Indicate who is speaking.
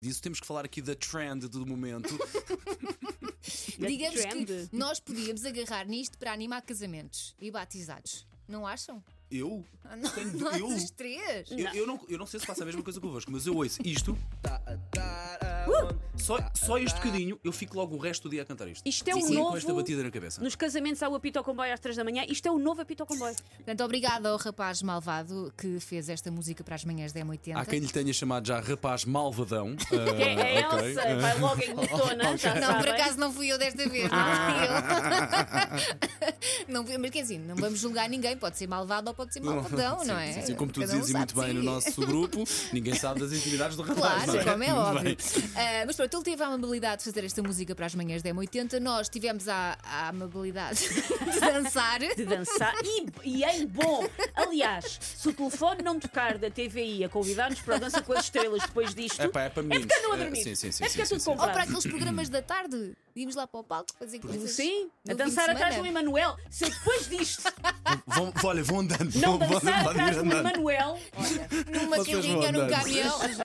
Speaker 1: disso, temos que falar aqui da trend do momento.
Speaker 2: Da
Speaker 3: Digamos
Speaker 2: trend.
Speaker 3: que nós podíamos agarrar nisto para animar casamentos e batizados. Não acham?
Speaker 1: Eu? Tenho-
Speaker 3: Ah, Nós
Speaker 1: eu?
Speaker 3: os três?
Speaker 1: Eu, eu não, eu não sei se faço a mesma coisa convosco, mas eu ouço isto,
Speaker 2: Uh!
Speaker 1: só, só este bocadinho, eu fico logo o resto do dia a cantar isto.
Speaker 2: Isto é
Speaker 3: Sim,
Speaker 2: o
Speaker 3: sim.
Speaker 1: Com esta
Speaker 2: novo.
Speaker 1: batida na cabeça.
Speaker 2: Nos casamentos há o apito ao comboio às 3 da manhã. Isto é o novo apito ao comboio.
Speaker 3: Portanto, obrigada ao rapaz malvado que fez esta música para as manhãs da M80.
Speaker 1: Há Ah, quem lhe tenha chamado já rapaz malvadão.
Speaker 2: Que é a
Speaker 1: Ah, ok.
Speaker 2: Elsa, vai logo em botona, já
Speaker 1: Tá
Speaker 3: Não, por
Speaker 2: sabem.
Speaker 3: acaso não fui eu desta vez, não
Speaker 1: Ah.
Speaker 3: fui eu. Não fui- mas quer dizer, não vamos julgar ninguém, pode ser malvado ou pode ser malvadão, não é?
Speaker 1: eh, Sim, sim, como tu
Speaker 3: Cada um
Speaker 1: dizes e muito
Speaker 3: sabe de
Speaker 1: bem no
Speaker 3: si.
Speaker 1: nosso grupo, ninguém sabe das intimidades do rapaz.
Speaker 3: Claro,
Speaker 1: não é?
Speaker 3: como é
Speaker 1: Muito
Speaker 3: óbvio.
Speaker 1: bem.
Speaker 3: Ah, mas pronto, ele teve a amabilidade de fazer esta música para as manhãs da M80. Nós tivemos a, a amabilidade de dançar.
Speaker 2: De dançar e, e em bom. Aliás, se o telefone não tocar da TVI a convidar-nos para a dança com as estrelas depois disto,
Speaker 1: É pá, é para
Speaker 2: é
Speaker 1: meninos.
Speaker 2: porque andam a
Speaker 1: É,
Speaker 2: dormir.
Speaker 1: sim, sim, sim,
Speaker 2: é porque é
Speaker 1: sim,
Speaker 2: tudo
Speaker 1: sim,
Speaker 3: Ou para
Speaker 2: comprado.
Speaker 3: aqueles programas da tarde. Íamos lá para o palco fazer coisas.
Speaker 2: Sim,
Speaker 3: no
Speaker 2: a
Speaker 3: fim de
Speaker 2: dançar atrás
Speaker 3: semana.
Speaker 2: do Emanuel. Se eu depois disto
Speaker 1: Vão, vão- olha, vão andando.
Speaker 2: não
Speaker 1: vão, vão-
Speaker 2: dançar
Speaker 1: vão
Speaker 2: atrás do
Speaker 1: andando.
Speaker 2: Emanuel,
Speaker 3: Numa
Speaker 1: Vocês vão
Speaker 3: quilinha num
Speaker 1: andando.
Speaker 3: caminhão.